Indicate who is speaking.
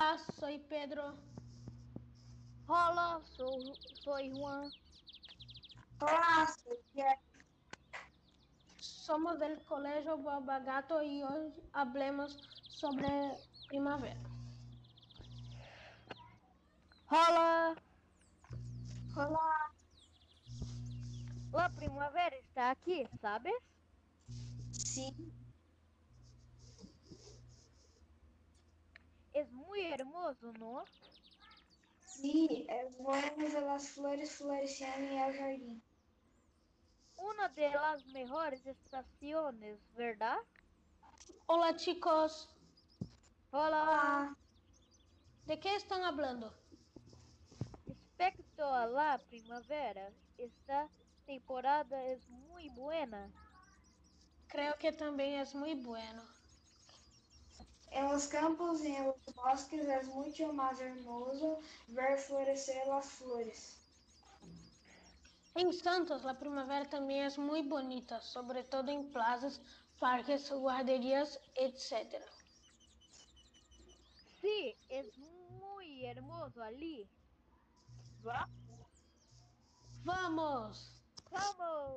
Speaker 1: Ah, soy Pedro.
Speaker 2: Hola, sou, soy Juan.
Speaker 3: Olá, sou Jeff.
Speaker 1: Somos del Colegio Babagato y hoy hablemos sobre primavera.
Speaker 2: Hola,
Speaker 3: Olá,
Speaker 2: a primavera está aqui, sabes?
Speaker 3: sim.
Speaker 2: É muito hermoso, não?
Speaker 3: Sim, vamos as É flores florescerem ao jardim.
Speaker 2: Uma das melhores estações, verdade?
Speaker 1: Hola chicos,
Speaker 2: Hola,
Speaker 3: Olá,
Speaker 1: ¿de qué están hablando?
Speaker 2: respecto a la primavera, esta temporada é muito boa.
Speaker 1: Creo que también es muy bueno.
Speaker 3: em los campos e em los bosques é muito mais hermoso ver florescer as flores.
Speaker 1: En Santos la primavera también es muy bonita, sobre todo en plazas, parques, guarderías, etc.
Speaker 2: Sim, é muito hermoso ali.
Speaker 1: ¡Vamos!
Speaker 2: Vamos!